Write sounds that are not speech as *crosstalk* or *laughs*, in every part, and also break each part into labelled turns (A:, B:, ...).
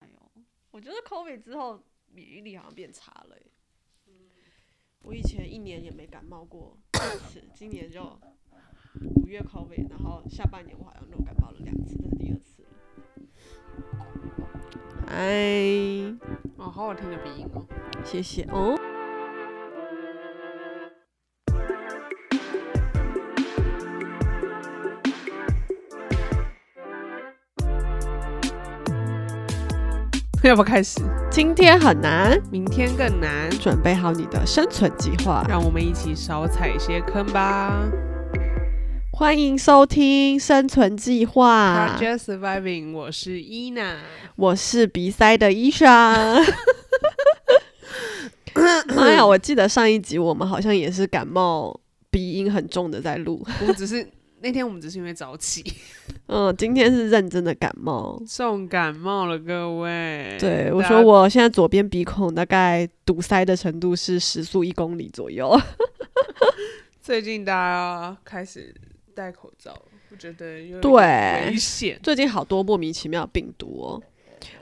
A: 哎我觉得 COVID 之后免疫力好像变差了、欸。我以前一年也没感冒过一
B: *laughs*
A: 次，今年就五月 COVID，然后下半年我好像又感冒了两次，这是第二次了。哎，
B: 哦，好好听的鼻音哦。
A: 谢谢哦。
B: *laughs* 要不要开始？
A: 今天很难，
B: 明天更难，
A: 准备好你的生存计划。
B: 让我们一起少踩些坑吧。
A: 欢迎收听《生存计划》。
B: Project Surviving，我是伊娜。
A: 我是鼻塞的医生。妈呀！我记得上一集我们好像也是感冒，鼻音很重的在录。
B: 我们
A: *laughs*
B: 只是那天我们只是因为早起
A: 嗯，今天是认真的感冒。
B: 重感冒了，各位。
A: 对，我
B: 大
A: 说
B: 家
A: 我现在左边鼻孔大概堵塞的程度是时速一公里左右。
B: 最近大家开始戴口罩了，我觉得有点
A: 对
B: 危险。
A: 最近好多莫名其妙的病毒哦。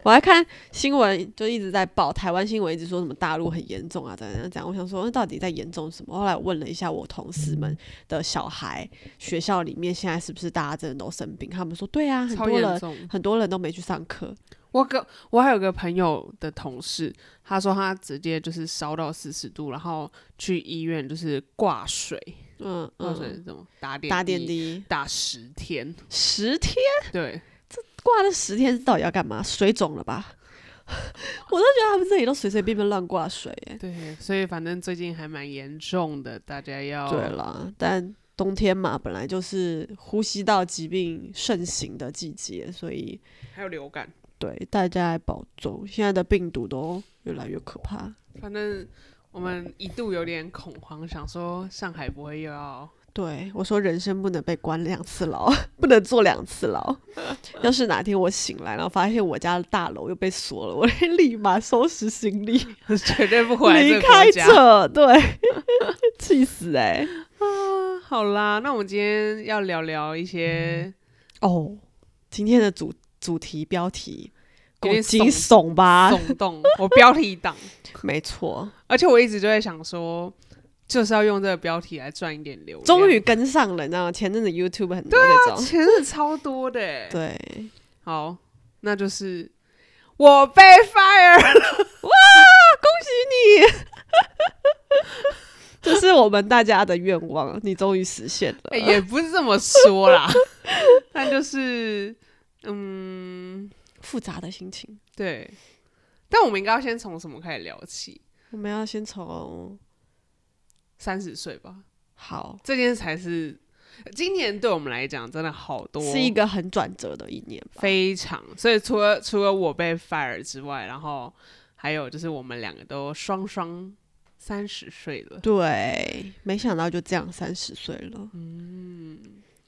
A: 我还看新闻，就一直在报台湾新闻，一直说什么大陆很严重啊，怎样怎样怎样。我想说，那到底在严重什么？后来我问了一下我同事们的小孩，学校里面现在是不是大家真的都生病？他们说，对啊，很
B: 超
A: 多
B: 严
A: 人
B: 重！
A: 很多人都没去上课。
B: 我个我还有个朋友的同事，他说他直接就是烧到四十度，然后去医院就是挂水，
A: 嗯
B: 挂水
A: 嗯，
B: 是什么？打点
A: 打点
B: 滴
A: 滴
B: 打十天，
A: 十天
B: 对，
A: 挂了十天，到底要干嘛？水肿了吧？ *laughs* 我都觉得他们这里都随随便便乱挂水耶、
B: 对，所以反正最近还蛮严重的，大家要
A: 对啦，但冬天嘛，本来就是呼吸道疾病盛行的季节，所以
B: 还有流感，
A: 对大家来保重。现在的病毒都越来越可怕。
B: 反正我们一度有点恐慌，想说上海不会又
A: *laughs*
B: 要 *laughs*
A: 对我说，人生不能被关两次牢， *laughs* 不能坐两次
B: *laughs*
A: 牢。要是哪天我醒来，然后发现我家的大楼又被锁了，我会立马收拾行李
B: 绝对不 *laughs* 回来这
A: 离
B: 个国
A: 开
B: 家。
A: 这。对， *laughs* 气死哎、
B: 啊好啦，那我们今天要聊聊一些
A: 哦，今天的主主题标题
B: 有
A: 够
B: 点
A: 惊
B: 耸
A: 悚吧？
B: 耸动，我标题党，
A: 没错。
B: 而且我一直就在想说，就是要用这个标题来赚一点流量。
A: 终于跟上了，你知道吗？前阵子 YouTube 很
B: 啊
A: 多那种，
B: 钱是超多的欸，
A: 对,、
B: 好，那就是我被 fire，
A: 这是我们大家的愿望，你终于实现了。
B: 欸也不是这么说
A: *laughs*
B: 啦，但就是嗯，
A: 复杂的心情，
B: 对。但我们应该要先从什么开始聊起？
A: 我们要先从
B: 三十岁吧，
A: 好，
B: 这件事才是今年对我们来讲真的好多，
A: 是一个很转折的一年吧。
B: 非常，所以除了除了我被 fire 之外，然后还有就是我们两个都双双三十岁了，
A: 对，没想到就这样三十岁了。嗯，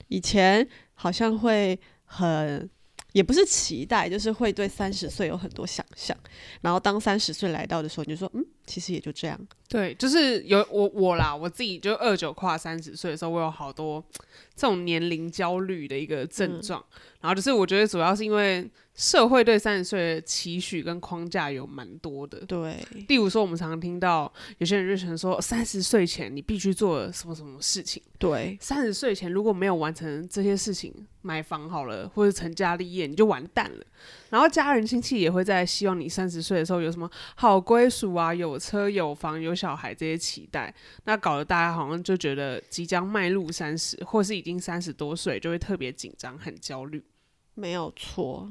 A: 以前好像会很。也不是期待，就是会对三十岁有很多想象，然后当三十岁来到的时候，你就说，嗯，其实也就这样。
B: 对，就是有我我啦，我自己就二九跨三十岁的时候，我有好多这种年龄焦虑的一个症状，然后就是我觉得主要是因为社会对三十岁的期许跟框架有蛮多的。
A: 对，
B: 例如说，我们常常听到有些人就想说，三十岁前你必须做什么什么事情。
A: 对，
B: 三十岁前如果没有完成这些事情，买房好了，或者成家立业，你就完蛋了。然后家人亲戚也会在希望你三十岁的时候有什么好归属啊，有车有房有小孩这些期待，那搞得大家好像就觉得即将迈入三十，或是已经三十多岁，就会特别紧张、很焦虑。 *laughs*
A: 没有错，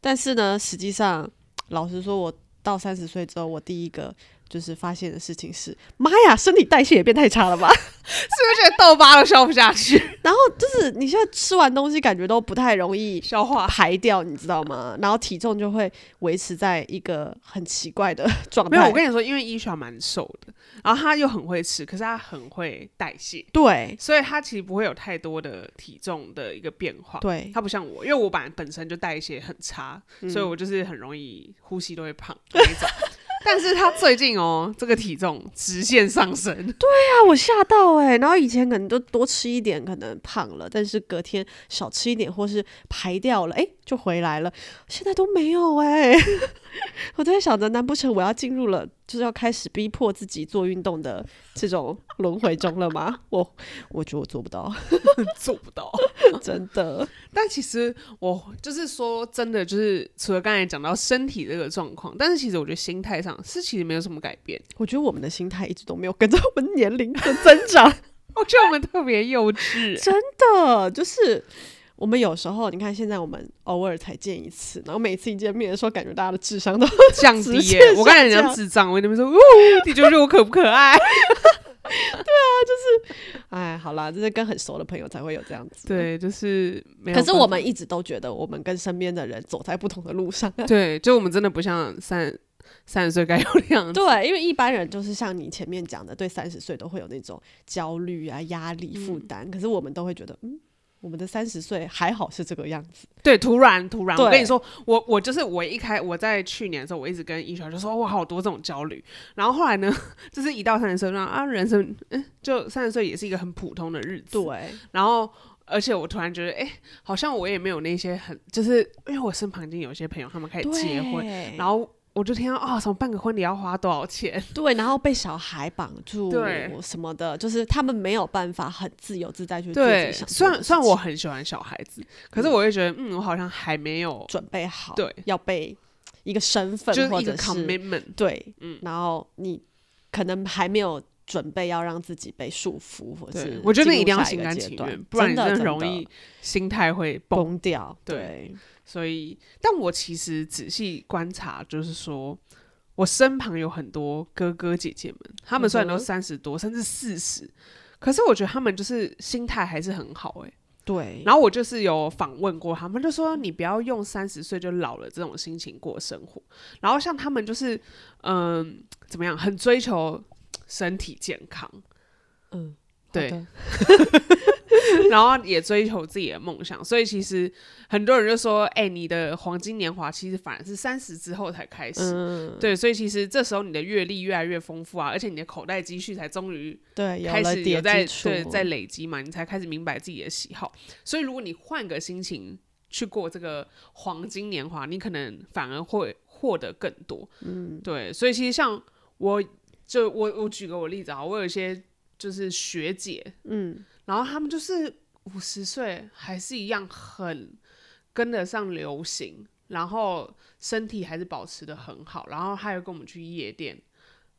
A: 但是呢，实际上，老实说，我到三十岁之后，我第一个就是发现的事情是，妈呀，身体代谢也变太差了吧？ *laughs*
B: 是不是觉得痘疤都消不下去，
A: 然后就是你现在吃完东西，感觉都不太容易
B: *laughs* 消化？
A: 排掉，你知道吗？然后体重就会维持在一个很奇怪的 *laughs* 状态。
B: 没有，我跟你说，因为伊莎蛮瘦的，然后她又很会吃，可是她很会代谢，
A: 对
B: 所以她其实不会有太多的体重的一个变化。
A: 对，
B: 他不像我，因为我本本身就代谢很差，
A: 嗯
B: 所以我就是很容易呼吸都会胖那一种。 *laughs* 但是他最近哦，这个体重直线上升， *laughs*
A: 啊，我吓到哎、然后以前可能就多吃一点，可能胖了，但是隔天少吃一点或是排掉了，哎、就回来了。现在都没有哎、 *laughs* 我在想着，难不成我要进入了就是要开始逼迫自己做运动的这种轮回中了吗？我我觉得我做不到， *laughs*
B: 做不到。
A: 真的。
B: 但其实我就是说真的，就是除了刚才讲到身体这个状况，但是其实我觉得心态上是其实没有什么改变。
A: 我觉得我们的心态一直都没有跟着我们年龄的增长， *laughs*
B: 我觉得我们特别幼稚，
A: 真的就是。我们有时候，你看，现在我们偶尔才见一次，然后每次一见面的时候，感觉大家的智商都
B: 降低
A: 直
B: 耶、
A: 线
B: 我刚才
A: 下
B: 讲
A: 降
B: 智障，我跟你们说，呜，你觉得我可不可爱？ *laughs*
A: 哎，好啦，这是跟很熟的朋友才会有这样子。，
B: 对，就是没有
A: 可
B: 办法。
A: 是我们一直都觉得我们跟身边的人走在不同的路上。
B: 对，就我们真的不像三三十岁该有的样子。
A: 对，因为一般人就是像你前面讲的，对三十岁都会有那种焦虑啊、压力、
B: 嗯
A: 负担。可是我们都会觉得，嗯，我们的三十岁还好是这个样子。
B: 对，突然突然，我
A: 对
B: 跟你说，我我就是我一开我在去年的时候，我一直跟医学就说我好多这种焦虑，然后后来呢， *laughs* 就是一到三十岁，那啊人生嗯，就三十岁也是一个很普通的日子。
A: 对，
B: 然后而且我突然觉得，哎、好像我也没有那些很，就是因为我身旁已经有一些朋友他们开始结婚，
A: 对
B: 然后我就听到啊，什么办个婚礼要花多少钱？
A: 对，然后被小孩绑住，
B: 对
A: 什么的，就是他们没有办法很自由自在去做自
B: 对，
A: 己想做的事情。
B: 虽然虽然我很喜欢小孩子，可是我也觉得，嗯，我好像还没有，
A: 准备好，
B: 对，
A: 要被一个身份
B: 就是
A: 或
B: 一
A: 者
B: 个
A: 是
B: commitment。
A: 对，
B: 嗯
A: 然后你可能还没有准备要让自己被束缚，或者
B: 对
A: 是，
B: 我觉得你
A: 进入
B: 一定要
A: 下
B: 心
A: 个
B: 甘
A: 阶
B: 情
A: 段
B: 愿，不然你
A: 真
B: 真的容易心态会崩
A: 崩掉。
B: 对
A: 对，
B: 所以，但我其实仔细观察，就是说我身旁有很多哥哥姐姐们，他们虽然
A: 嗯
B: 都
A: 哼
B: 三十多，甚至四十，可是我觉得他们就是心态还是很好、欸，
A: 对，
B: 然后我就是有访问过他们，就说你不要用三十岁就老了这种心情过生活。然后像他们就是，嗯、怎么样，很追求身体健康，
A: 嗯，好
B: 对
A: 的
B: 然后也追求自己的梦想。所以其实很多人就说，哎、你的黄金年华其实反而是三十之后才开始。
A: 嗯，
B: 对，所以其实这时候你的阅历越来越丰富啊，而且你的口袋积蓄才终于
A: 对，有
B: 开
A: 了
B: 始有
A: 点
B: 在
A: 基础，
B: 对在累积嘛，你才开始明白自己的喜好。所以如果你换个心情去过这个黄金年华，你可能反而会获得更多。嗯，对。所以其实像我，就我我举个我例子啊，我有一些就是学姐，嗯，然后他们就是五十岁还是一样很跟得上流行，然后身体还是保持的很好，然后还有跟我们去夜店，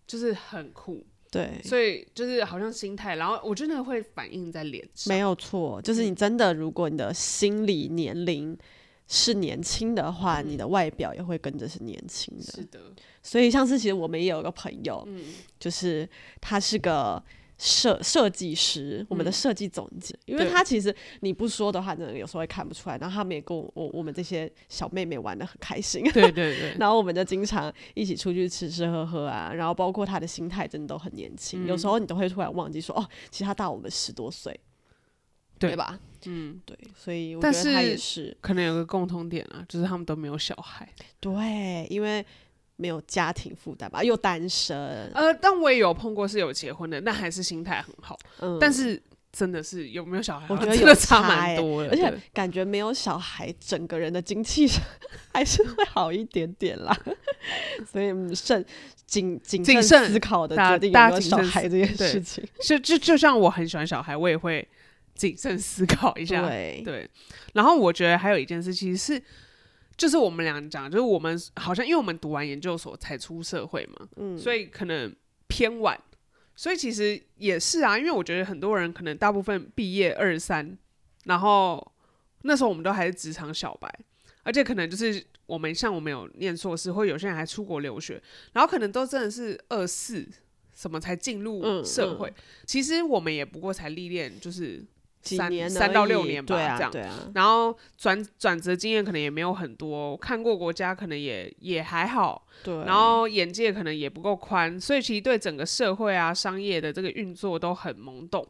B: 就是很酷。
A: 对。
B: 所以就是好像心态，然后我觉得那个会反映在脸上。
A: 没有错，就是
B: 嗯
A: 你真的，如果你的心理年龄是年轻的
B: 嗯
A: 话，你的外表也会跟着是年轻的。
B: 是的，
A: 所以上次其实我们也有一个朋友，
B: 嗯
A: 就是他是个设设计师，我们的设计总监，因为
B: 嗯对
A: 他其实你不说的话，真的有时候会看不出来。然后他们也跟我我我们这些小妹妹玩的很开心， *laughs*
B: 对对 *laughs* 对，
A: 然后我们就经常一起出去吃吃喝喝啊，然后包括他的心态真的都很年轻，有时
B: 嗯
A: 候你都会突然忘记说哦，其实他大我们十多岁，
B: 对
A: 吧？
B: 嗯，
A: 对，所以我觉
B: 但
A: 得他
B: 是
A: 也是
B: 可能有个共通点啊，就是他们都没有小孩。
A: 对，因为没有家庭负担吧，又单身，
B: 呃，但我也有碰过是有结婚的，但还是心态很好。
A: 嗯，
B: 但是真的是有没有小孩，
A: 我觉得
B: 真
A: 有
B: 的差
A: 差
B: 蛮
A: 欸
B: 多的。
A: 而且
B: 对
A: 感觉没有小孩，整个人的精气神还是会好一点点
B: *laughs*
A: 啦。所以嗯慎谨谨
B: 谨
A: 慎
B: 慎
A: 思考的
B: 大
A: 决定有
B: 大
A: 没有
B: 谨
A: 小
B: 慎
A: 孩
B: 思
A: 这件
B: 对
A: 事情。
B: 就就就像我很喜欢小孩，我也会谨慎思考一下。
A: 对
B: 对，然后我觉得还有一件事，其实是就是我们俩讲，就是我们好像因为我们读完研究所才出社会嘛，嗯，所以可能偏晚，所以其实也是啊，因为我觉得很多人可能大部分毕业二三，然后那时候我们都还是职场小白，而且可能就是我们像我们有念硕士，或有些人还出国留学，然后可能都真的是二四什么才进入
A: 嗯
B: 社会，其实我们也不过才历练就是
A: 几
B: 三
A: 年
B: 三
A: 而
B: 到六
A: 已
B: 年吧，
A: 对啊，
B: 这样。
A: 对啊，
B: 然后转转折经验可能也没有很多，看过国家可能也也还好，
A: 对。
B: 然后眼界可能也不够宽，所以其实对整个社会啊、商业的这个运作都很懵懂。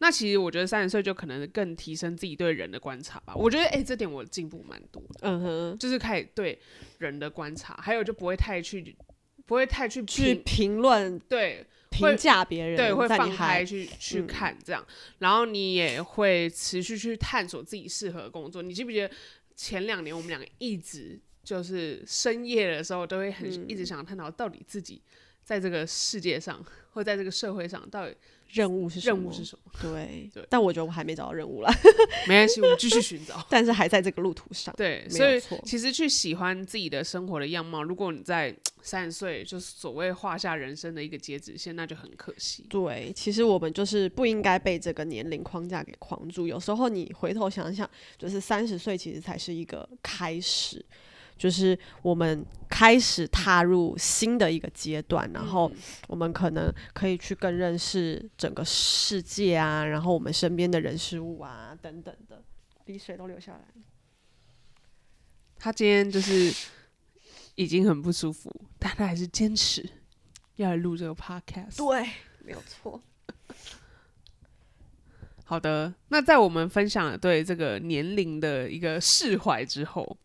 B: 那其实我觉得三十岁就可能更提升自己对人的观察吧。我觉得诶，这点我进步蛮多的，
A: 嗯哼，
B: 就是开始对人的观察，还有就不会太去不会太去
A: 去
B: 评
A: 评论
B: 对会
A: 评价别人，
B: 对，会
A: 在
B: 放
A: 你
B: 开
A: 还
B: 去去
A: 嗯
B: 看这样，然后你也会持续去探索自己适合的工作。你记不记得前两年我们两个一直就是深夜的时候，都会很
A: 嗯
B: 一直想探讨到底自己在这个世界上或在这个社会上到底
A: 任务是什
B: 任
A: 么
B: 务是什么。
A: 对，
B: 对
A: 但我觉得我还没找到任务啦，。
B: 没关系，我们继续寻找
A: 但是还在这个路途上。
B: 对，
A: *laughs* 没
B: 所
A: 有
B: 以
A: 错，
B: 其实去喜欢自己的生活的样貌，如果你在三十岁就是所谓画下人生的一个截止线，那就很可惜。
A: 对，其实我们就是不应该被这个年龄框架给框住。有时候你回头想想，就是三十岁其实才是一个开始，就是我们开始踏入新的一个阶段，然后我们可能可以去更认识整个世界啊，然后我们身边的人事物啊等等的，鼻水都流下来了。
B: 他今天就是已经很不舒服，但他还是坚持要来录这个 podcast。
A: 对，没有错。
B: 好的，那在我们分享了对这个年龄的一个释怀之后，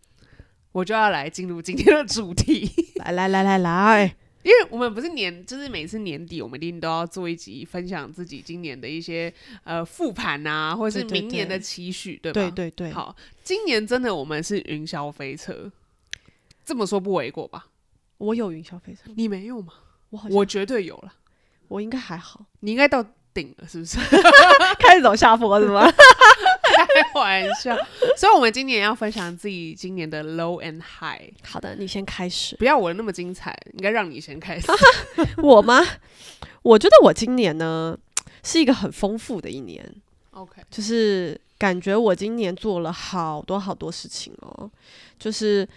B: 我就要来进入今天的主题，
A: *laughs*
B: *laughs*
A: 来来来来来，
B: 因为我们不是年，就是每次年底我们一定都要做一集分享自己今年的一些呃复盘啊，或者是
A: 对对
B: 明年的
A: 对
B: 期许，对
A: 对
B: 吧？
A: 对对，
B: 好，今年真的我们是云霄飞车，这么说不为过吧？
A: 我有云霄飞车，
B: 你没有吗？
A: 我嗯好像
B: 我绝对有了，
A: 我应该还好， *laughs*
B: 你应该到顶了，是不是？
A: 开始走下坡是吗？ *laughs*
B: 开玩笑，所以我们今年要分享自己今年的 low and high。
A: 好的，你先开始。
B: 不要我那么精彩，应该让你先开
A: *laughs*
B: 始。
A: 我吗？我觉得我今年呢是一个很丰富的一年，
B: OK，
A: 就是感觉我今年做了好多好多事情哦。就是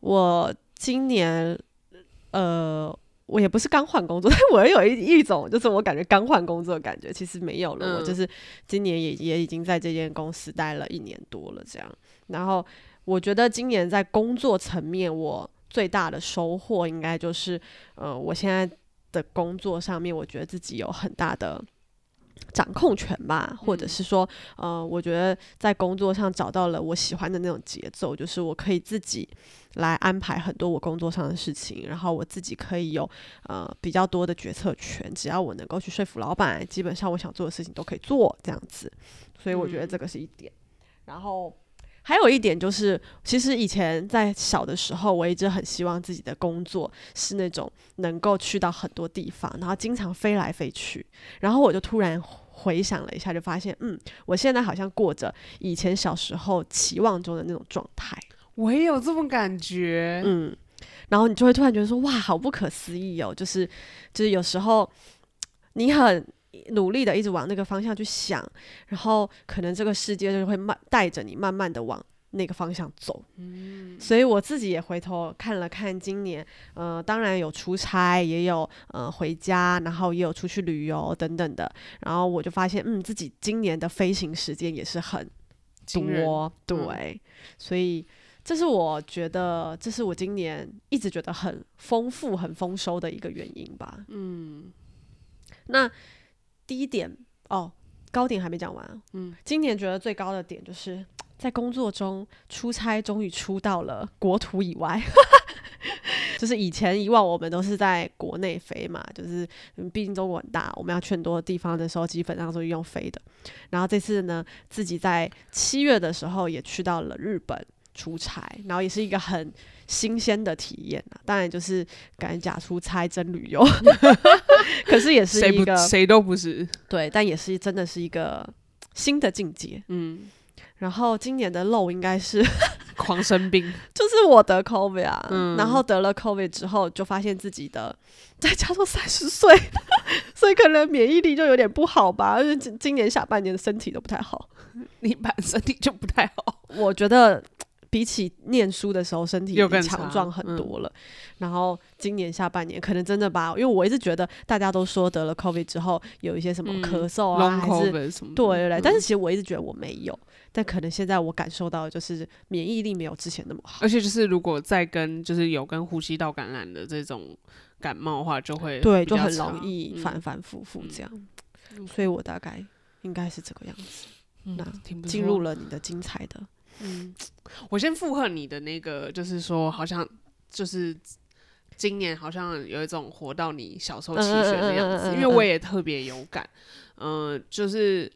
A: 我今年，呃，我也不是刚换工作，但 *laughs* 我有一一种就是我感觉刚换工作的感觉，其实没有了。
B: 嗯
A: 我就是今年也也已经在这间公司待了一年多了，这样。然后我觉得今年在工作层面，我最大的收获应该就是，呃，我现在的工作上面，我觉得自己有很大的掌控权吧，或者是说，呃，我觉得在工作上找到了我喜欢的那种节奏，就是我可以自己来安排很多我工作上的事情，然后我自己可以有呃比较多的决策权，只要我能够去说服老板，基本上我想做的事情都可以做这样子，所以我觉得这个是一点，然后。还有一点就是，其实以前在小的时候，我一直很希望自己的工作是那种能够去到很多地方，然后经常飞来飞去。然后我就突然回想了一下，就发现，嗯，我现在好像过着以前小时候期望中的那种状态。
B: 我也有这种感觉。
A: 嗯，然后你就会突然觉得说，哇，好不可思议哦！就是就是有时候你很努力的一直往那个方向去想，然后可能这个世界就会慢带着你慢慢的往。那个方向走，所以我自己也回头看了看今年，呃，当然有出差，也有呃回家，然后也有出去旅游等等的，然后我就发现，嗯，自己今年的飞行时间也是很
B: 惊人嗯
A: 多，对，所以这是我觉得，这是我今年一直觉得很丰富、很丰收的一个原因吧。嗯，那第一点哦，高点还没讲完啊。嗯，今年觉得最高的点就是在工作中出差，终于出到了国土以外。 *laughs* 就是以前以往我们都是在国内飞嘛，就是嗯毕竟中国很大，我们要去很多地方的时候，基本上都是用飞的。然后这次呢，自己在七月的时候也去到了日本出差，然后也是一个很新鲜的体验啊。当然就是感觉假出差真旅游， *laughs* 可是也是
B: 谁
A: 一
B: 不
A: 个
B: 谁都不是，
A: 对，但也是真的是一个新的境界。
B: 嗯，
A: 然后今年的漏应该是， *laughs*
B: 狂生病， *laughs*
A: 就是我得 COVID 啊，
B: 嗯
A: 然后得了 COVID 之后，就发现自己的再加上三十岁， *laughs* 所以可能免疫力就有点不好吧。而且今今年下半年的身体都不太好，
B: 你本身体就不太好。
A: 我觉得比起念书的时候，身体已
B: 又
A: 经
B: 更
A: 强
B: 差嗯
A: 壮很多了。然后今年下半年可能真的吧，因为我一直觉得大家都说得了 COVID 之后有一些什么
B: 嗯
A: 咳嗽啊，
B: 龙
A: 还
B: 口
A: 是
B: 本什么的？
A: 对对对，但
B: 嗯
A: 是其实我一直觉得我没有，但可能现在我感受到的就是免疫力没有之前那么好。
B: 而且就是如果再跟就是有跟呼吸道感染的这种感冒的话，就会
A: 对，
B: 比
A: 就
B: 较
A: 很
B: 差
A: 容易
B: 嗯
A: 反反复复这样，所以我大概应该是这个样子。那
B: 嗯挺不
A: 进
B: 错
A: 入了你的精彩的，
B: 嗯，我先附和你的那个，就是说，好像就是今年好像有一种活到你小时候期许的样
A: 嗯嗯嗯嗯
B: 子，
A: 嗯
B: 因为我也特别有感。嗯、就是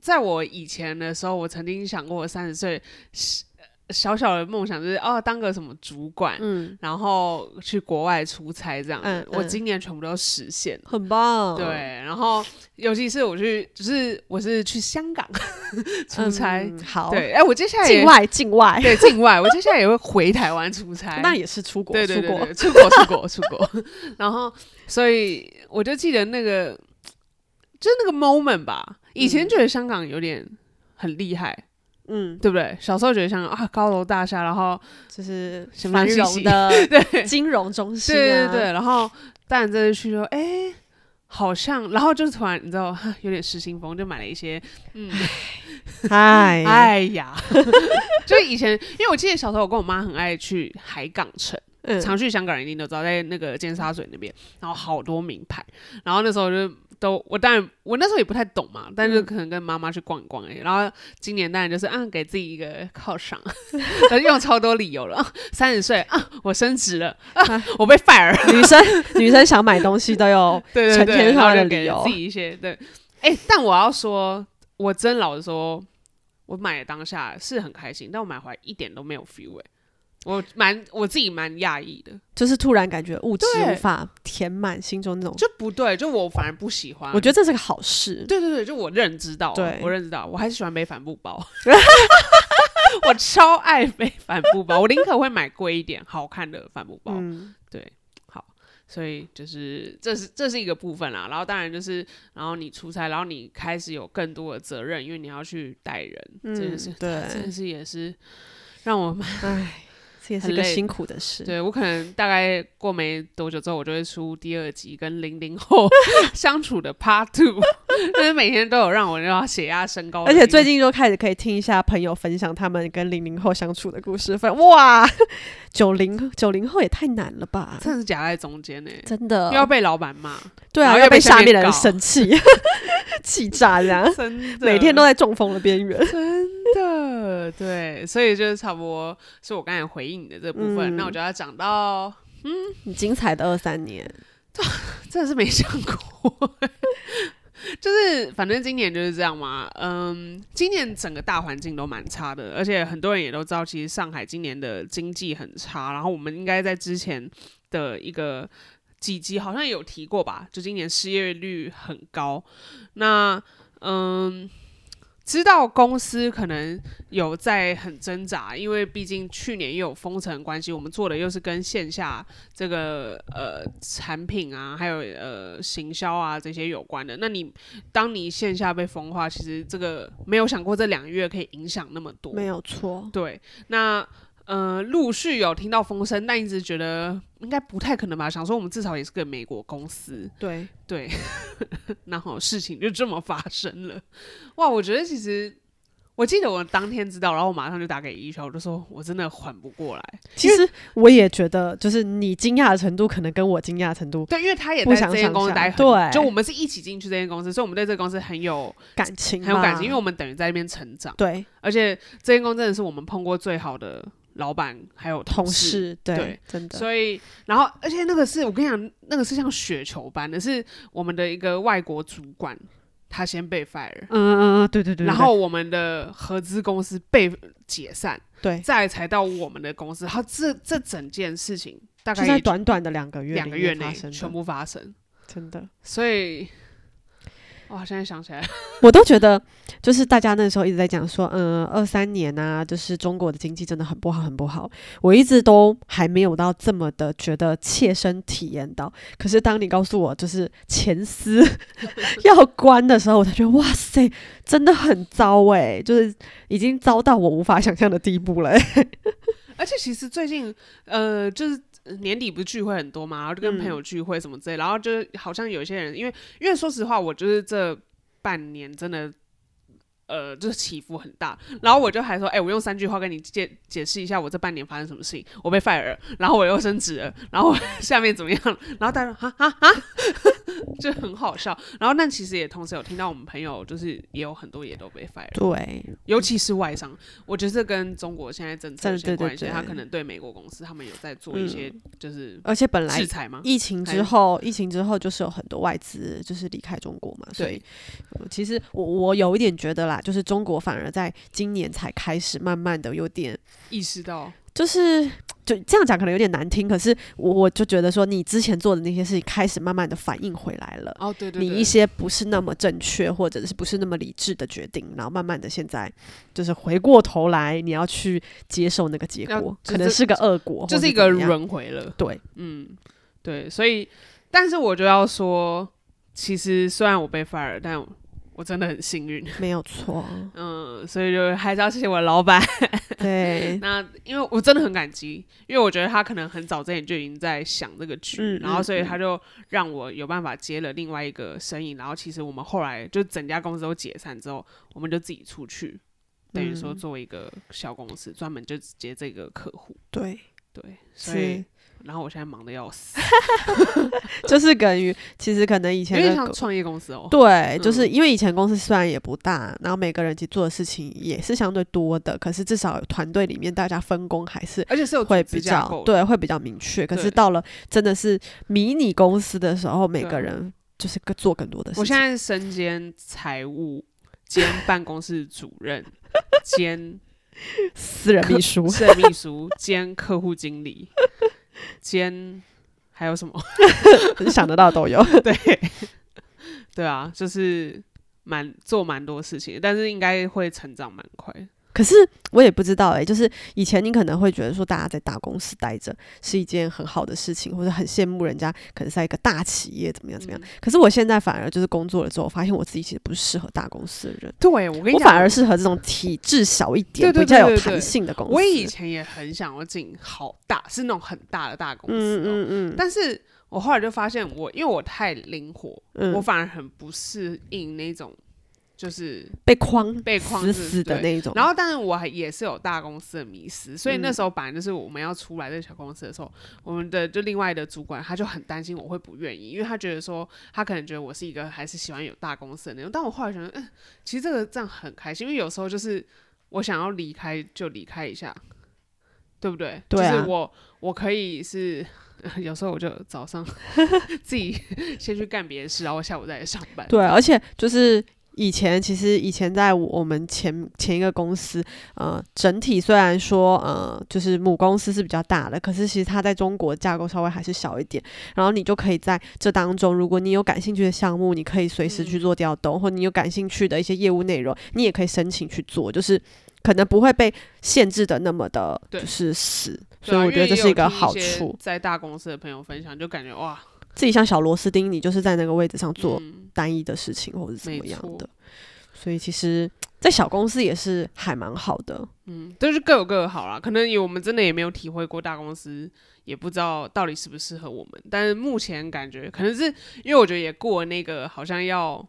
B: 在我以前的时候，我曾经想过我三十岁是呃小小的梦想就是哦，当个什么主管，
A: 嗯，
B: 然后去国外出差这样子。
A: 嗯
B: 我
A: 嗯哦
B: 今年全部都实现了。
A: 很棒。
B: 对，，然后尤其是我去，就是我是去香港 *laughs* 出差。
A: 嗯、好，
B: 对，哎，我接下来也
A: 境外境外，
B: 对境外，我接下来也会回台湾出差。
A: *laughs* 那也是出国，
B: 对对对
A: 出国
B: 对，出国出国出国。然后，所以我就记得那个，就是那个 moment 吧。以前觉得香港有点很厉害，
A: 嗯，
B: 对不对？小时候觉得香港啊，高楼大厦，然后
A: 就是
B: 什么
A: 繁
B: 信
A: 荣
B: 息
A: 的
B: *laughs*
A: *laughs*
B: 对
A: 金融中心、啊，
B: 对对对，然后但这次去说，哎、好像，然后就是突然你知道，哈有点失心疯，就买了一些，嗯，
A: 对，嗨
B: 哎呀， *laughs* 就以前，因为我记得小时候我跟我妈很爱去海港城，
A: 嗯，
B: 常去香港人一定都知道，在那个尖沙咀那边，然后好多名牌，然后那时候就。都我当然我那时候也不太懂嘛，但是可能跟妈妈去逛一逛而已。然后今年当然就是啊，给自己一个犒 *laughs* 赏，但是用超多理由了。三十岁啊，我升职了啊，我被 fire 了
A: 女生 *laughs* 女生想买东西都有，
B: 对对
A: 成
B: 对，
A: 天
B: 然后
A: 上的
B: 就给
A: 理由
B: 自己一些对。哎、但我要说，我真老实说，我买的当下是很开心，但我买回来一点都没有 feel 哎、我蛮我自己蛮讶异的，
A: 就是突然感觉物质
B: 对
A: 无法填满心中那种，
B: 就不对，就我反而不喜欢。
A: 我觉得
B: 得
A: 这是个好事。
B: 对对对，就我认知到啊，
A: 对
B: 我认知到，我还是喜欢背帆布包。 *laughs* 我超爱背帆布包，我宁可会买贵一点、好看的帆布包。
A: 嗯，
B: 好，所以就是这是这是一个部分啦。然后当然就是，然后你出差，然后你开始有更多的责任，因为你要去带人，
A: 嗯
B: 这件事，
A: 对
B: 这件事也是让我蛮
A: 唉，这也是
B: 很
A: 个
B: 累
A: 辛苦的事。
B: 对我可能大概过没多久之后，我就会出第二集跟零零后 *laughs* 相处的 Part Two，就是每天都有让我要血压升高的
A: 而
B: 一个，
A: 且最近就开始可以听一下朋友分享他们跟零零后相处的故事，发现哇， *laughs* 九零九零后也太难了吧？
B: 真的是夹在中间呢、欸
A: 真
B: 又
A: 的，
B: 要被老板骂，
A: 对啊，
B: 然后
A: 要
B: 又
A: 被
B: 被
A: 下
B: 下
A: 面
B: 面
A: 的人
B: 搞
A: 生
B: *laughs*
A: 气，气炸这样，
B: 真
A: *laughs*
B: 的
A: 每天都在中风的边缘。
B: 真的，对，所以就是差不多是我刚才回应你的这部分。
A: 嗯
B: 那我觉得要讲到，
A: 你精彩的二三年，
B: 真的是没想过， *laughs* 就是反正今年就是这样嘛。嗯，今年整个大环境都蛮差的，而且很多人也都知道，其实上海今年的经济很差。然后我们应该在之前的一个几集好像有提过吧，就今年失业率很高。那嗯。知道公司可能有在很挣扎，因为毕竟去年又有封城的关系，我们做的又是跟线下这个呃产品啊，还有呃行销啊这些有关的。那你当你线下被封的话，其实这个没有想过这两个月可以影响那么多。
A: 没有错，
B: 对，那呃，陆续有听到风声，但一直觉得应该不太可能吧。想说我们至少也是个美国公司，
A: 对，
B: 对，然后事情就这么发生了。哇，我觉得其实。我记得我当天知道，然后我马上就打给医生，我就说我真的缓不过来。
A: 其实我也觉得，就是你惊讶的程度，可能跟我惊讶的程度
B: 对，因为他也
A: 不
B: 在
A: 想
B: 这间公司
A: 想
B: 待很
A: 象
B: 久，
A: 对
B: 就我们是一起进去这间公司，所以我们对这个公司很有
A: 感情
B: 很有感
A: 吧
B: 情，因为我们等于在那边成长，
A: 对
B: 而且这间公司真的是我们碰过最好的老板还有
A: 同
B: 事。
A: 事，对
B: 对，
A: 真的，
B: 所以，然后，而且那个是我跟你讲，那个是像雪球般的，是我们的一个外国主管，他先被 fire，
A: 嗯嗯嗯，对对对，对
B: 然后我们的合资公司被解散，
A: 对，
B: 再才到我们的公司。他这这整件事情大
A: 就
B: 概
A: 在
B: 也就
A: 短短的两个月
B: 两
A: 里
B: 个月
A: 面发
B: 内
A: 生的
B: 全部发生，
A: 真的，
B: 所以，哇，现在想起来，
A: 我都觉得，就是大家那时候一直在讲说，嗯，二三年啊，就是中国的经济真的很不好，很不好。我一直都还没有到这么的觉得切身体验到。可是当你告诉我就是前
B: *laughs*
A: 司要关的时候，我才觉得哇塞，真的很糟诶、就是已经糟到我无法想象的地步了、欸。
B: 而且其实最近，呃，就是。呃年底不是聚会很多嘛，然后就跟朋友聚会什么之类，然后就是好像有一些人，因为因为说实话，我就是这半年真的，呃，就是起伏很大。然后我就还说，哎、我用三句话跟你解解释一下我这半年发生什么事情。我被 fire，了然后我又升职了，然后我 *laughs* 下面怎么样？然后大家说哈哈哈， *laughs* 就很好笑。然后但其实也同时有听到我们朋友，就是也有很多也都被 fire，了
A: 对，
B: 尤其是外商，我觉得这跟中国现在政策有
A: 对
B: 些
A: 对对
B: 关系，
A: 对
B: 他可能对美国公司他们有在做一些就是
A: 而且本来
B: 制裁吗？
A: 疫情
B: 还
A: 之
B: 是
A: 后，疫情之后就是有很多外资就是离开中国嘛，所以
B: 对
A: 呃其实我我有一点觉得啦，就是中国反而在今年才开始慢慢的有点
B: 意识到
A: 就是就这样讲可能有点难听，可是我我就觉得说你之前做的那些事情开始慢慢的反应回来了。
B: 哦，对对对，
A: 你一些不是那么正确，或者是不是那么理智的决定，然后慢慢的现在就是回过头来，你要去接受那个结
B: 要
A: 果，
B: 就
A: 可能
B: 这
A: 是个恶果，
B: 就是
A: 或
B: 一个
A: 怎么样
B: 轮回了。
A: 对，
B: 嗯，对，所以，但是我就要说，其实虽然我被 fire，了但我我真的很幸运。
A: 没有错，
B: 嗯，所以就还是要谢谢我的老板。 *laughs*
A: 对，
B: 那因为我真的很感激，因为我觉得他可能很早之前就已经在想这个剧，
A: 嗯
B: 然后
A: 嗯
B: 所以他就让我有办法接了另外一个生意。然后其实我们后来就整家公司都解散之后，我们就自己出去，等于说
A: 嗯
B: 作为一个小公司，专门就接这个客户。
A: 对，
B: 对，所以
A: 是，
B: 然后我现在忙的要死，
A: 就是 *laughs* 等于其实可能以
B: 有
A: 前
B: 点
A: 的
B: 像
A: 狗
B: 创业公司哦。
A: 对，就
B: 嗯
A: 是因为以前公司虽然也不大，然后每个人其实做的事情也是相对多的，可是至少团队里面大家分工还是
B: 而且是有
A: 会
B: 组织
A: 比
B: 架
A: 较
B: 构的，
A: 对，会比较明确。可
B: 对
A: 是到了真的是迷你公司的时候，每
B: 对
A: 个人就是各做更多的事情。
B: 我现在身兼财务兼办公室主任兼
A: 私人秘书 *laughs*
B: 社秘书兼客户经理兼还有什么？ *laughs*
A: 想得到都有。
B: 对对啊，就是蛮做蛮多事情的，但是应该会成长蛮快的。
A: 可是我也不知道哎、就是以前你可能会觉得说，大家在大公司待着是一件很好的事情，或者很羡慕人家可能是在一个大企业怎么样怎么样。
B: 嗯
A: 可是我现在反而就是工作了之后，发现我自己其实不是适合大公司的人，
B: 对我跟你
A: 我
B: 讲，
A: 反而适合这种体制小一点、
B: 对对
A: 比较
B: 对
A: 有
B: 对对
A: 弹性的公司。
B: 我以前也很想要进好大，是那种很大的大公司、哦，
A: 嗯嗯
B: 但是我后来就发现我，因为我太灵活，
A: 嗯
B: 我反而很不适应那种就是
A: 被框
B: 被框
A: 死
B: 住
A: 死的
B: 对
A: 那一种。
B: 然
A: 后
B: 后，但是我还也是有大公司的迷失，所以
A: 嗯
B: 那时候本来就是我们要出来这个小公司的时候，我们的就另外的主管他就很担心我会不愿意，因为他觉得说他可能觉得我是一个还是喜欢有大公司的那种。但我后来想说，嗯，其实这个这样很开心，因为有时候就是我想要离开就离开一下，对不对？
A: 对啊
B: 就是我我可以是。有时候我就早上 *laughs* 自己先去干别的事，然后下午再来上班。
A: 对，啊而且就是以前其实以前在我们前前一个公司，呃，整体虽然说呃就是母公司是比较大的，可是其实它在中国架构稍微还是小一点。然后你就可以在这当中，如果你有感兴趣的项目，你可以随
B: 嗯
A: 时去做调动，或你有感兴趣的一些业务内容，你也可以申请去做，就是。可能不会被限制的那么的，
B: 对
A: 就是死，
B: 对
A: 所
B: 啊，
A: 以我觉得
B: 因为
A: 这
B: 也
A: 是
B: 有
A: 一个
B: 听
A: 好
B: 些
A: 处。
B: 在大公司的朋友分享，就感觉哇，
A: 自己像小螺丝钉，你就是在那个位置上做
B: 嗯
A: 单一的事情或者怎
B: 没
A: 么样
B: 错
A: 的。所以其实，在小公司也是还蛮好的。
B: 嗯，就是各有各的好啦。可能也我们真的也没有体会过大公司，也不知道到底适不适合我们。但是目前感觉可能是因为我觉得也过了那个好像要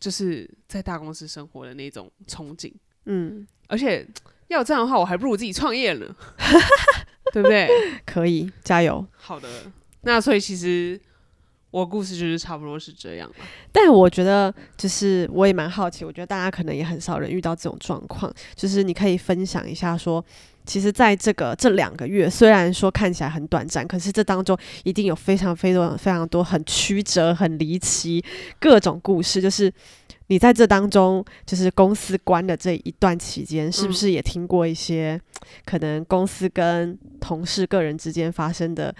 B: 就是在大公司生活的那种憧憬，
A: 嗯，
B: 而且要这样的话，我还不如自己创业呢， *laughs* 对不对？
A: 可以加油。
B: 好的，那所以其实我故事就是差不多是这样了。
A: 但我觉得，就是我也蛮好奇，我觉得大家可能也很少人遇到这种状况，就是你可以分享一下说。其实，在这个这两个月，虽然说看起来很短暂，可是这当中一定有非常非常非常多很曲折、很离奇各种故事。就是你在这当中，就是公司关的这一段期间，是不是也听过一些可能公司跟同事、个人之间发生的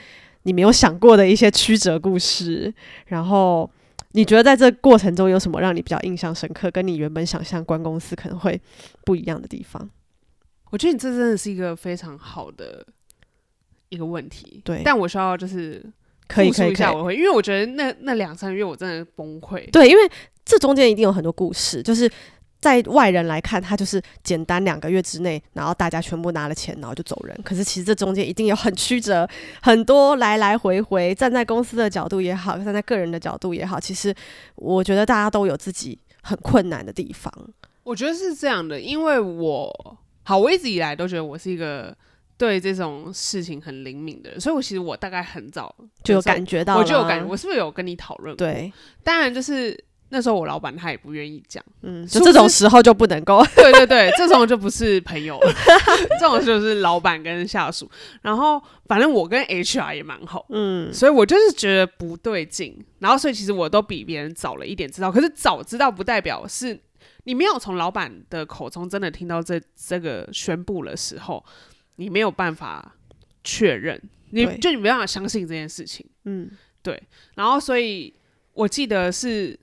A: 你没有想过的一些曲折故事？然后你觉得在这过程中有什么让你比较印象深刻，跟你原本想象关公司可能会不一样的地方？
B: 我觉得你这真的是一个非常好的一个问题。
A: 对
B: 但我需要就是
A: 可以
B: 复述
A: 可以
B: 一
A: 可
B: 下
A: 以，
B: 我会，因为我觉得那那两三个月我真的崩溃。
A: 对，因为这中间一定有很多故事，就是在外人来看，它就是简单两个月之内，然后大家全部拿了钱，然后就走人。可是其实这中间一定有很曲折，很多来来回回。站在公司的角度也好，站在个人的角度也好，其实我觉得大家都有自己很困难的地方。
B: 我觉得是这样的，因为我好，我一直以来都觉得我是一个对这种事情很灵敏的人，所以我其实我大概很早
A: 就有
B: 那时候
A: 感觉到啦，
B: 我就有感觉，我是不是有跟你讨论？，
A: 对，
B: 当然就是那时候我老板他也不愿意讲。
A: 嗯，
B: 是
A: 就
B: 不
A: 这种
B: 是
A: 时候就不能够， *laughs*
B: *laughs* 对对对，这种就不是朋友了，这种就是老板跟下属。然后反正我跟 HR 也蛮好，
A: 嗯，
B: 所以我就是觉得不对劲。然后所以其实我都比别人早了一点知道，可是早知道不代表是。你没有从老板的口中真的听到这这个宣布的时候，你没有办法确认，你
A: 对
B: 就你没办法相信这件事情。
A: 嗯，
B: 然后，所以我记得是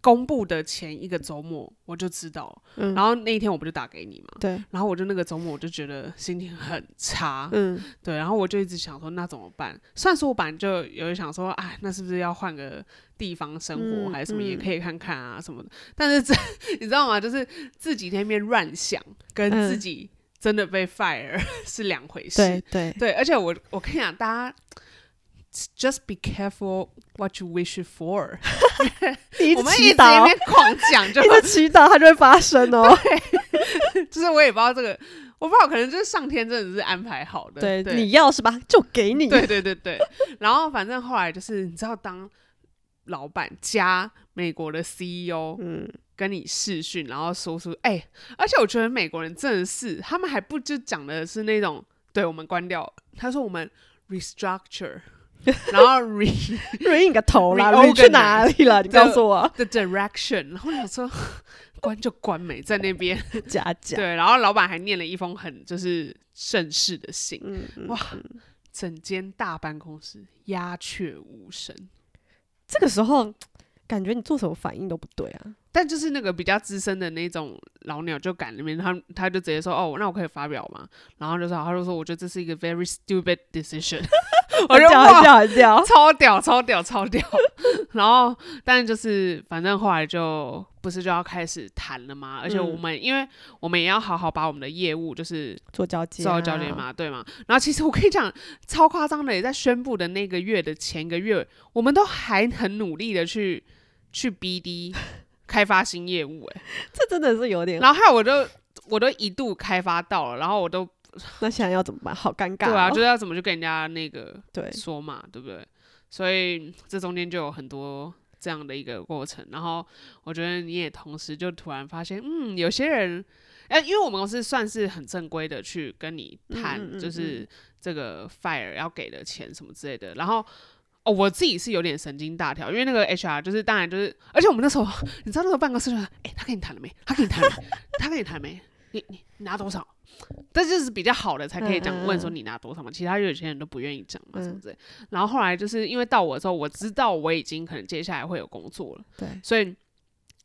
B: 公布的前一个周末我就知道了，
A: 嗯
B: 然后那一天我不就打给你嘛，
A: 对，
B: 然后我就那个周末我就觉得心情很差，
A: 嗯，
B: 对，然后我就一直想说那怎么办？虽然说我本来就有想说，哎，那是不是要换个地方生活、
A: 嗯
B: 还是什么，
A: 嗯
B: 也可以看看啊什么的。但是这 *laughs* 你知道吗？就是自己在那边乱想，跟
A: 嗯
B: 自己真的被 fire 是两回事。
A: 对对，
B: 对，而且我我跟你讲，大家 just be careful what you wish for 。
A: 你
B: 我们一
A: 祈
B: 直在那
A: 祷，
B: 边狂讲，就
A: 一直祈祷，它就会发生哦。
B: 就是我也不知道这个，我不知道，可能就是上天真的是安排好的。
A: 对，
B: 对
A: 你要是吧，就给你。
B: 对对对对。然后反正后来就是，你知道，当老板加美国的 CEO
A: 嗯，
B: 跟你视讯，然后说出哎、而且我觉得美国人真的是，他们还不就讲的是那种，对我们关掉了，他说我们
A: *laughs*
B: restructure，然后 re *laughs*
A: 瑞你个头啦，你去
B: Reorganize
A: 哪里了？你告诉我，
B: the direction，然后我想说关就关没在那边，
A: 假假。
B: 对，然后老板还念了一封很就是盛世的信，
A: 嗯，嗯
B: 哇，整间大办公室鸦雀无声。
A: 这个时候感觉你做什么反应都不对啊。
B: 但就是那个比较资深的那种老鸟就赶那边，他他就直接说哦，那我可以发表嘛？然后就说他就说我觉得这是一个 very stupid decision，我就
A: 很屌，很
B: 哇，
A: 屌，很
B: *laughs*
A: 屌。
B: 超屌，超屌，超屌。然后但就是反正后来就不是就要开始谈了嘛，而且我们、因为我们也要好好把我们的业务就是
A: 做交接、啊，
B: 做到教练？嘛，对嘛。然后其实我跟你讲，超夸张的，也在宣布的那个月的前一个月，我们都还很努力的去去 *laughs* BD 开发新业务、欸，
A: 这真的是有点。
B: 然后还有我都我都一度开发到了，然后我都
A: 那现在要怎么办？好尴尬、
B: 对
A: 哦。
B: 啊，就是要怎么去跟人家那个
A: 对
B: 说嘛，对不对？所以这中间就有很多这样的一个过程。然后我觉得你也同时就突然发现，嗯，有些人，哎、因为我们公司算是很正规的去跟你
A: 嗯嗯
B: 谈，
A: 嗯
B: 就是这个 fire 要给的钱什么之类的。然后哦，我自己是有点神经大条，因为那个 HR 就是当然就是，而且我们那时候，你知道那时候办公室就是，哎、他跟你谈了没？他跟你谈了没？他跟你谈了没？你你你拿多少？但就是比较好的才可以
A: 嗯嗯
B: 讲，
A: 嗯
B: 问说你拿多少嘛，其他有些人都不愿意讲嘛，
A: 嗯
B: 什么之类。然后后来就是因为到我之后，我知道我已经可能接下来会有工作了，
A: 对，
B: 所以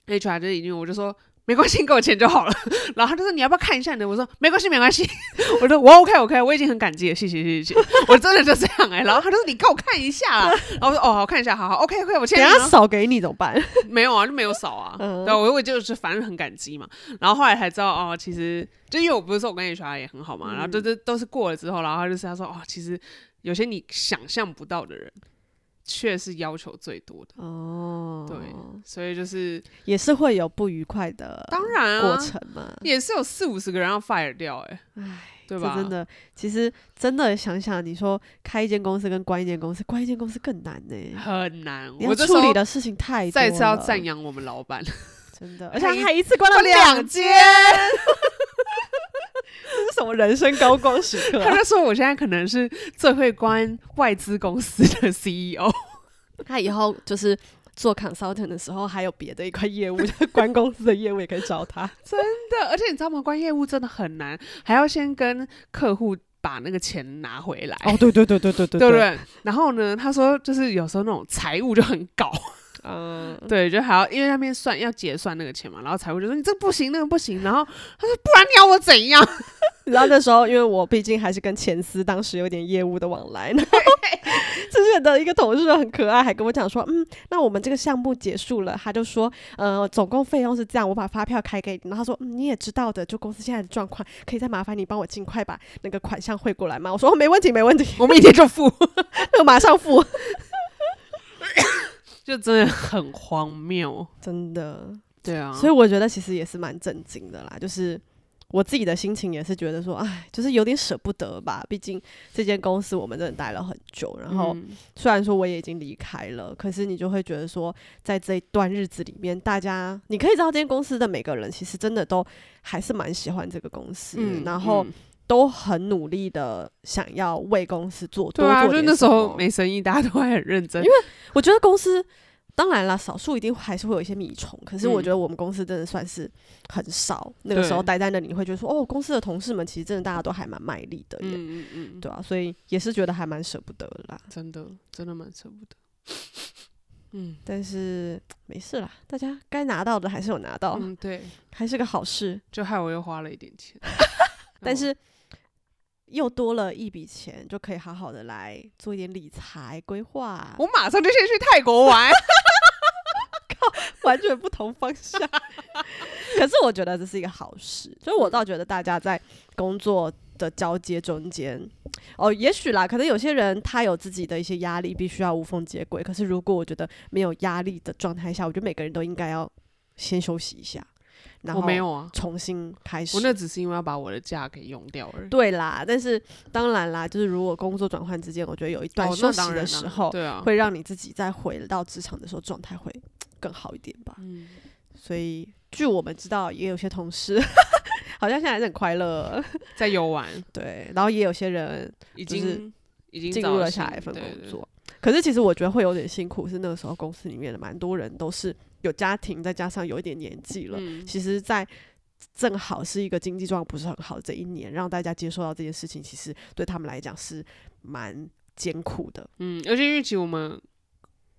B: HR 就已经我就说没关系，你给我钱就好了。 *laughs* 然后他就说你要不要看一下你的？我说没关系，没关系。 *laughs* 我说我 OK OK，我已经很感激了，谢谢谢谢。谢 *laughs* 谢我真的就这样哎、然后他就说你给我看一下啦， *laughs* 然后我说哦好看一下，好好 OK OK，我签
A: 等一
B: 啊了。然
A: 下
B: 后
A: 少给你怎么办？
B: 没有啊，就没有少啊。
A: 嗯
B: 对，我我就是反正很感激嘛。然后后来才知道哦，其实就因为我不是说我跟 HR 也很好
A: 嗯
B: 嘛，然后就是都是过了之后，然后他就是他说哦，其实有些你想象不到的人，却是要求最多的。
A: 哦，
B: 对，所以就是
A: 也是会有不愉快的
B: 当然
A: 过
B: 啊，
A: 程嘛。
B: 也是有四五十个人要 fire 掉、欸，
A: 唉，
B: 对吧？
A: 这真，的，其实真的想想，你说开一间公司跟关一间公司，关一间公司更难呢、
B: 很难。
A: 你
B: 我
A: 要
B: 这
A: 处
B: 时候
A: 理的事情太多
B: 再次要
A: 了
B: 赞扬我们老板，
A: 真的，
B: 而
A: 而
B: 且
A: 且
B: 一
A: 还一次关了两间，这是什么人生高光时刻啊、
B: 他就说我现在可能是最会关外资公司的 E CEO。
A: *laughs* 他以后就是做 consultant 的时候，还有别的一块业务，就是关公司的业务也可以找他。
B: 对，而且你知道吗？关业务真的很难，还要先跟客户把那个钱拿回来， *laughs*
A: 哦，对对对对对 *laughs* 对
B: 对不，对？然后呢，他说就是有时候那种财务就很搞，
A: 嗯，
B: 对，就还要因为那边算要结算那个钱嘛，然后财务就说你这个不行，那个不行，然后他说不然你要我怎样？ *laughs*
A: *laughs* 然后那时候，因为我毕竟还是跟前司当时有点业务的往来，然后之前的一个同事很可爱，还跟我讲说，嗯，那我们这个项目结束了，他就说，呃，总共费用是这样，我把发票开给你，然后他说，嗯，你也知道的，就公司现在的状况，可以再麻烦你帮我尽快把那个款项汇过来吗？我说、哦、没问题，没问题， *laughs*
B: 我明天就付， *laughs*
A: 那我马上付。
B: 就真的很荒谬。
A: 真的，
B: 对啊，
A: 所以我觉得其实也是蛮震惊的啦，就是。我自己的心情也是觉得说，哎，就是有点舍不得吧。毕竟这间公司我们真的待了很久，然后
B: 嗯
A: 虽然说我也已经离开了，可是你就会觉得说，在这一段日子里面，大家你可以知道，这间公司的每个人其实真的都还是蛮喜欢这个公司，然后
B: 嗯
A: 都很努力的想要为公司做多
B: 对啊，
A: 做
B: 就
A: 点
B: 那时
A: 什
B: 候
A: 么
B: 没生意，大家都还很认真，
A: 我觉得公司当然啦，少数一定还是会有一些米虫，可是我
B: 嗯
A: 觉得我们公司真的算是很少。那个时候
B: 对
A: 待在那里，你会觉得说，哦，公司的同事们其实真的大家都还蛮卖力的耶，
B: 嗯嗯嗯，
A: 对啊，所以也是觉得还蛮舍不得的啦。
B: 真的真的蛮舍不得。嗯
A: 但是没事啦，大家该拿到的还是有拿到，
B: 嗯，对，
A: 还是个好事。
B: 就害我又花了一点钱，
A: *laughs* 但是又多了一笔钱，就可以好好的来做一点理财规划，
B: 嗯我马上就先去泰
A: *laughs*
B: 国玩。
A: 完全不同方向。可是我觉得这是一个好事，所以我倒觉得大家在工作的交接中间，哦，也许啦，可能有些人他有自己的一些压力，必须要无缝接轨。可是如果我觉得没有压力的状态下，我觉得每个人都应该要先休息一下，然后
B: *laughs* 我没有啊，
A: 重新开始。
B: 我那只是因为要把我的假给用掉而已。
A: 对啦，但是当然啦，就是如果工作转换之间，我觉得有一段
B: 哦
A: 休
B: 那
A: 息
B: 当然
A: 的
B: 啊
A: 时候，
B: 对啊，
A: 会让你自己再回到职场的时候状态会更好一点吧。
B: 嗯，
A: 所以据我们知道，也有些同事 *laughs* 好像现在还是很快乐，
B: 在游玩
A: 对，然后也有些人
B: 已
A: 就
B: 经、
A: 是
B: 已经
A: 进
B: 找
A: 入
B: 到
A: 了
B: 新
A: 下一份
B: 对
A: 工
B: 对
A: 作。可是其实我觉得会有点辛苦，是那个时候公司里面的蛮多人都是有家庭，再加上有一点年纪了，
B: 嗯
A: 其实，在正好是一个经济状况不是很好的这一年，让大家接受到这件事情，其实对他们来讲是蛮艰苦的。
B: 嗯，而且因为其实我们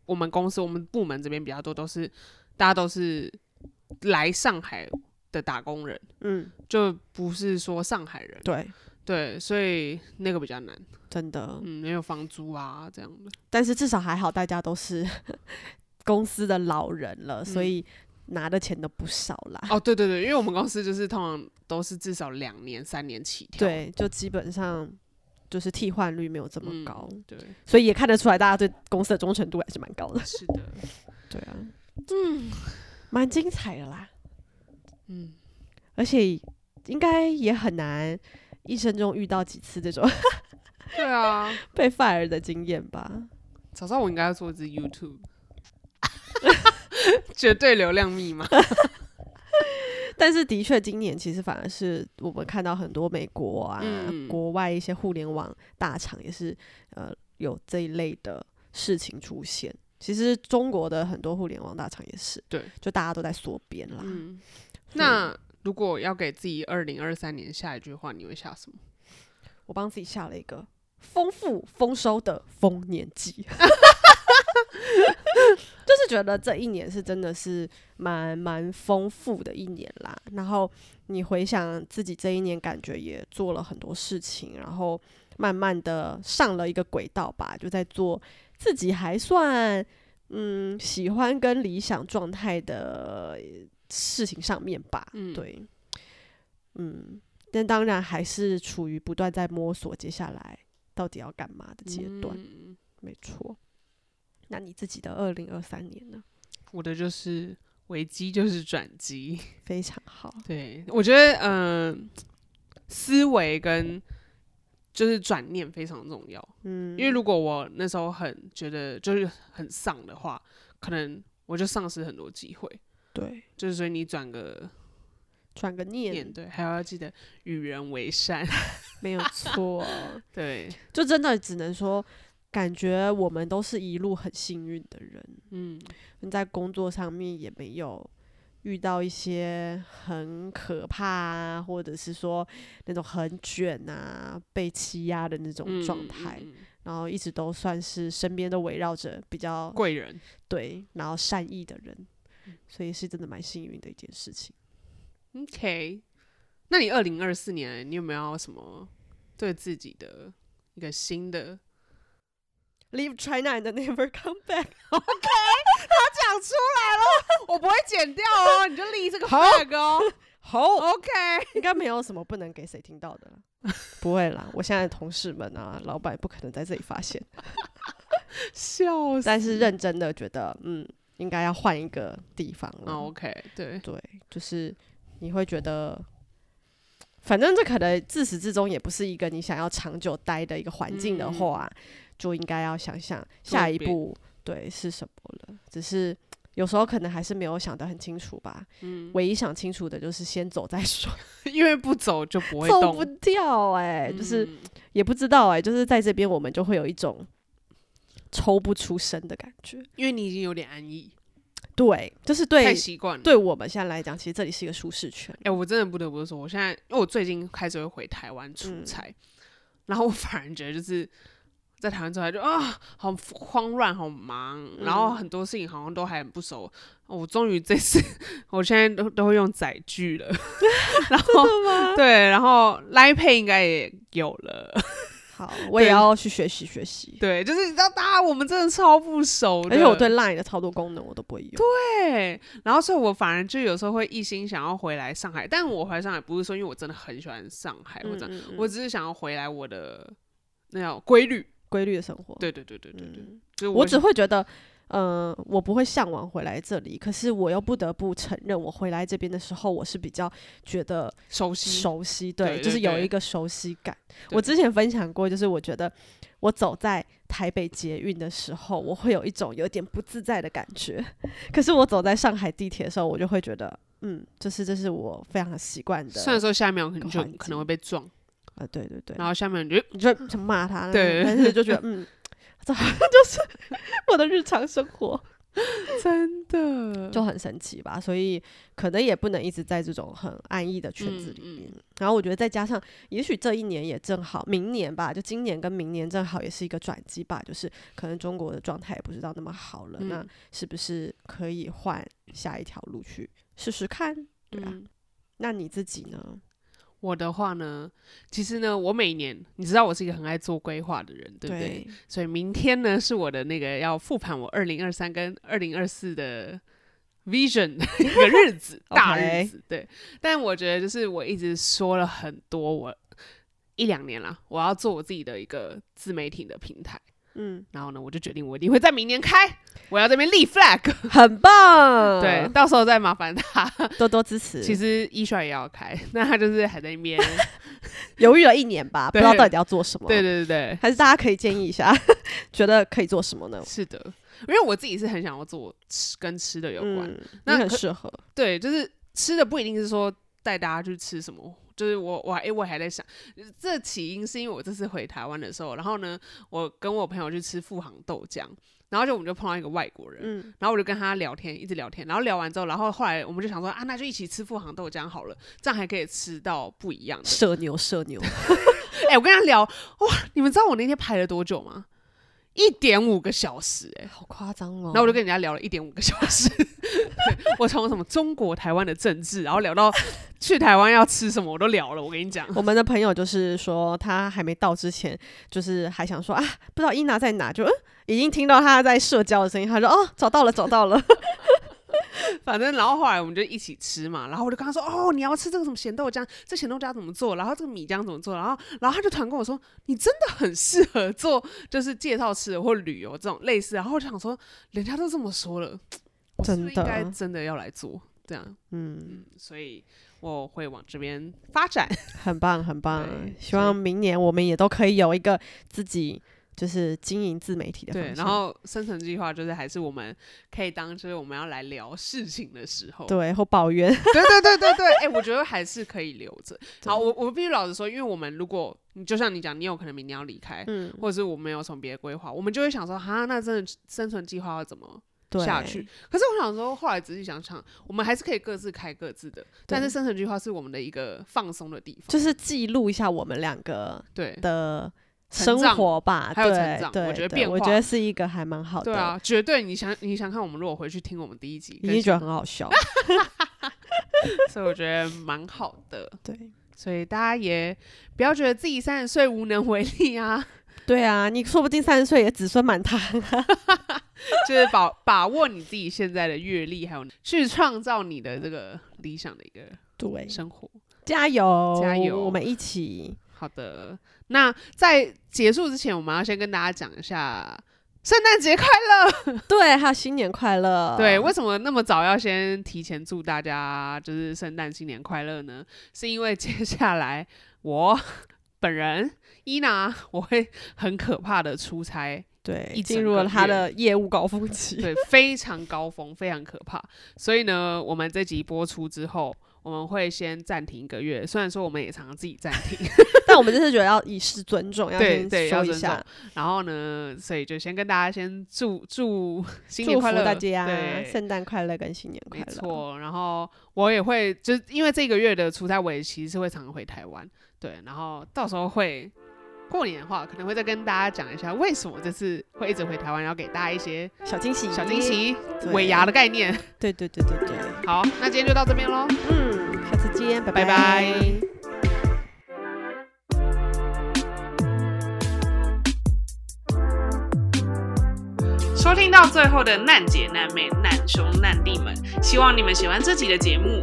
B: 我们公司我们部门这边比较多都是大家都是来上海的打工人，
A: 嗯，
B: 就不是说上海人，
A: 对，
B: 对，所以那个比较难，
A: 真的。
B: 嗯，没有房租啊这样的，
A: 但是至少还好，大家都是 *laughs* 公司的老人了，所以拿的钱都不少啦。
B: 哦，对对对，因为我们公司就是通常都是至少两年三年起跳，
A: 对，就基本上就是替换率没有这么
B: 嗯
A: 高，
B: 对，
A: 所以也看得出来大家对公司的忠诚度还是蛮高的。
B: 是的，
A: 对啊，嗯， *laughs* 蛮精彩的啦。
B: 嗯，
A: 而且应该也很难一生中遇到几次这种
B: 对啊，
A: 被 fire 的经验吧。
B: 早知道我应该要做一支 YouTube，绝对流量密
A: *laughs*
B: 码。
A: 但是的确，今年其实反而是我们看到很多美国啊、
B: 嗯
A: 国外一些互联网大厂也是呃有这一类的事情出现。其实中国的很多互联网大厂也是，
B: 对，
A: 就大家都在缩编啦。
B: 嗯，那如果要给自己二零二三年下一句话，你会下什么？
A: 我帮自己下了一个丰富丰收的丰年祭， *laughs* 就是觉得这一年是真的是蛮蛮丰富的一年啦。然后你回想自己这一年，感觉也做了很多事情，然后慢慢的上了一个轨道吧，就在做自己还算嗯喜欢跟理想状态的事情上面吧。
B: 嗯
A: 对，嗯，但当然还是处于不断在摸索接下来到底要干嘛的阶段，
B: 嗯
A: 没错。那你自己的二零二三年呢？
B: 我的就是危机就是转机。
A: 非常好，
B: 对，我觉得嗯、思维跟就是转念非常重要。
A: 嗯，
B: 因为如果我那时候很觉得就是很丧的话，可能我就丧失很多机会。
A: 对
B: 就是所以你转个
A: 转个
B: 念，
A: 念，
B: 对，还要记得与人为善。 *laughs*
A: 没有错，
B: 对，
A: 就真的只能说，感觉我们都是一路很幸运的人。
B: 嗯，
A: 你在工作上面也没有遇到一些很可怕啊，或者是说那种很卷啊、被欺压的那种状
B: 嗯
A: 态，
B: 嗯嗯
A: 然后一直都算是身边都围绕着比较
B: 贵人，
A: 对，然后善意的人，所以是真的蛮幸运的一件事情。
B: OK，那你二零二四年你有没有什么对自己的一个新的？
A: Leave China and never come back。
B: 讲出来了，我不会剪掉哦，你就立这个 flag 哦。
A: *laughs* 好，
B: OK，
A: 应该没有什么不能给谁听到的啦。 *laughs* 不会啦，我现在的同事们啊，老板不可能在这里发 *laughs* 现。
B: 笑死。
A: 但是认真的觉得，嗯，应该要换一个地方了。
B: 哦，OK，对，
A: 对，就是你会觉得，反正这可能自始至终也不是一个你想要长久待的一个环境的话，就应该要想想下一
B: 嗯多变
A: 步对是什么了。只是有时候可能还是没有想得很清楚吧。
B: 嗯，
A: 唯一想清楚的就是先走再说，
B: *laughs* 因为不走就不会
A: 走
B: 动
A: 不，掉哎、就是
B: 嗯
A: 也不知道哎、就是在这边我们就会有一种抽不出身的感觉。
B: 因为你已经有点安逸，
A: 对，就是
B: 太
A: 对
B: 习惯了。
A: 对我们现在来讲，其实这里是一个舒适圈。
B: 哎、我真的不得不说，我现在因为我最近开始会回台湾
A: 嗯
B: 出差，然后我反而觉得就是在台湾出差就啊，好慌乱，好忙，然
A: 嗯
B: 后很多事情好像都还很不熟。我终于这次， *laughs* 我现在都都会用载
A: *laughs*
B: 具了，然后 *laughs* 对，然后 Line Pay 应该也有了， *laughs*
A: 好，我也
B: 对
A: 要去学习学习。
B: 对，就是你知道，大家我们真的超不熟的，
A: 而且我对 Line 的超多功能我都不会用。
B: 对，然后所以我反而就有时候会一心想要回来上海，但我回来上海不是说因为我真的很喜欢上海，我真的
A: 嗯嗯嗯
B: 我只是想要回来我的那叫规律。
A: 规律的生活。
B: 对对对对对对，
A: 哦嗯
B: 就是
A: 我
B: 我
A: 只会觉得，嗯、我不会向往回来这里，可是我又不得不承认，我回来这边的时候，我是比较觉得
B: 熟悉，
A: 熟悉，对，
B: 对
A: 就是
B: 对
A: 有
B: 对
A: 一个熟悉感。
B: 对
A: 我之前分享过，就是我觉得我走在台北捷运的时候，我会有一种有点不自在的感觉，可是我走在上海地铁的时候，我就会觉得，嗯，就是这是我非常习惯的，
B: 虽然说下一秒可能就
A: 环境
B: 可能会被撞，
A: 呃，对对对，
B: 然后下面你就
A: 你就想骂他，
B: 嗯对
A: 但是就
B: *laughs*
A: 觉得，嗯，这好像就是 *laughs* 我的日常生活。
B: *laughs* 真的
A: 就很神奇吧，所以可能也不能一直在这种很安逸的圈子里
B: 嗯
A: 面。然后我觉得再加上，也许这一年也正好，明年吧，就今年跟明年正好也是一个转机吧，就是可能中国的状态也不知道那么好了，那
B: 嗯
A: 是不是可以换下一条路去试试看？对啊，
B: 嗯
A: 那你自己呢？
B: 我的话呢，其实呢，我每年你知道我是一个很爱做规划的人，对不对？所以明天呢是我的那个要复盘我二零二三跟二零二四的
A: *laughs*
B: vision 的一个日子，大日子。对，但我觉得就是我一直说了很多，我一两年啦，我要做我自己的一个自媒体的平台。
A: 嗯，
B: 然后呢，我就决定我一定会在明年开，我要这边立 flag，、
A: 很棒，
B: 对，，到时候再麻烦他。
A: 多多支持。
B: 其实一帅也要开， *laughs* 那他就是还在那边，
A: 犹豫了一年吧，不
B: 对
A: 知道到底要做什么。
B: 对对对对，
A: 还是大家可以建议一下， *laughs* 觉得可以做什么呢？
B: 是的，因为我自己是很想要做吃跟吃的有关，
A: 嗯、
B: 那
A: 你很
B: 可
A: 适合。
B: 对，就是吃的不一定是说带大家去吃什么，就是我我哎、诶我还在想，这起因是因为我这次回台湾的时候，然后呢，我跟我朋友去吃富航豆浆，然后就我们就碰到一个外国人，
A: 嗯
B: 然后我就跟他聊天，一直聊天，然后聊完之后，然后后来我们就想说啊，那就一起吃富航豆浆好了，这样还可以吃到不一样的。
A: 社牛，社牛，
B: 哎、我跟他聊，哇，你们知道我那天排了多久吗？一点五个小时、哎。
A: *laughs* 好夸张哦！
B: 然后我就跟人家聊了一点五个小时， *laughs* 对我从什么中国台湾的政治，然后聊到去台湾要吃什么，我都聊了。我跟你
A: *laughs*
B: 讲，
A: 我们的朋友就是说，他还没到之前，就是还想说啊，不知道伊娜在哪，就嗯，已经听到他在社交的声音，他说哦，找到了，找到了，
B: 反正然后后来我们就一起吃嘛，然后我就跟他说，哦，你要吃这个什么咸豆浆，这咸豆浆怎么做，然后这个米浆怎么做，然后然后他就突然跟我说，你真的很适合做就是介绍吃的或旅游这种类似，然后我就想说，人家都这么说了，我是不
A: *laughs* 真
B: 是
A: 的
B: 应该真的要来做这样？
A: *laughs* 嗯，
B: 所以我会往这边
A: *laughs*
B: 发展。
A: 很棒，很棒
B: 对，
A: 希望明年我们也都可以有一个自己就是经营自媒体的
B: 对，
A: 方
B: 然
A: 向。
B: 后生存计划就是还是我们可以当就是我们要来聊事情的时候，
A: 对或抱怨，
B: *laughs* 对对对对对，哎、我觉得还是可以留着。
A: 对
B: 好，我我必须老实说，因为我们如果你就像你讲，你有可能明年要离开，
A: 嗯，
B: 或者是我们有什么别的规划，我们就会想说，哈，那真的生存计划要怎么
A: *laughs* 对，
B: 下去？可是我想说，后来仔细想想，我们还是可以各自开各自的，但是生存计划是我们的一个放松的地方，
A: 就是记录一下我们两个
B: 对
A: 的
B: 嗯成
A: 生
B: 长
A: 活吧，
B: 还有
A: 对
B: 成长
A: 对
B: 我觉得
A: 对
B: 变
A: 我
B: 化
A: 觉得是一个还蛮好的，
B: 对啊，绝对你想你想看，我们如果回去听我们第一集，
A: 已经觉得很好
B: *laughs*
A: 笑，
B: 所以我觉得蛮好的。
A: 对。
B: 所以大家也不要觉得自己三十岁无能为力啊，
A: 对啊，你说不定三十岁也子孙满堂。
B: 就是把把握你自己现在的阅历，还有去创造你的这个理想的一个
A: 对
B: 生活。
A: 加油，
B: 加油
A: 我们一
B: *laughs*
A: 起。
B: 好的，那在结束之前，我们要先跟大家讲一下圣诞节快乐。
A: 对，还有新年快乐。
B: *laughs* 对，为什么那么早要先提前祝大家就是圣诞新年快乐呢？是因为接下来我本人伊娜，我会很可怕的出差。
A: 对，
B: 一
A: 进
B: 整
A: 入
B: 个
A: 了他
B: 月
A: 的业务高峰期。
B: 对，非常高峰，非常可怕。所以呢，我们这集播出之后，我们会先暂停一个月。虽然说我们也常常自己暂
A: *laughs*
B: 停，
A: *laughs* 但我们真是觉得要以示尊重，要
B: 对
A: 先
B: 对
A: 说
B: 要
A: 一
B: 尊
A: 下
B: 重，然后呢，所以就先跟大家先祝
A: *laughs*
B: 祝新
A: 祝
B: 年
A: 福
B: 快乐，
A: 大家
B: 对，
A: 圣诞快乐跟新年快
B: 没
A: 乐。
B: 错，然后我也会，就是因为这个月的出差，我也其实是会常常回台湾，对，然后到时候会过年的话，可能会再跟大家讲一下为什么这次会一直回台湾，然后给大家一些
A: 小惊喜，
B: 小惊。喜、
A: 对
B: 尾牙的概念。
A: 对对对对对，
B: 好，那今天就到这边喽。
A: 嗯，下次见，
B: 拜拜收听到最后的难姐、难妹、难兄、难弟们，希望你们喜欢这集的节目。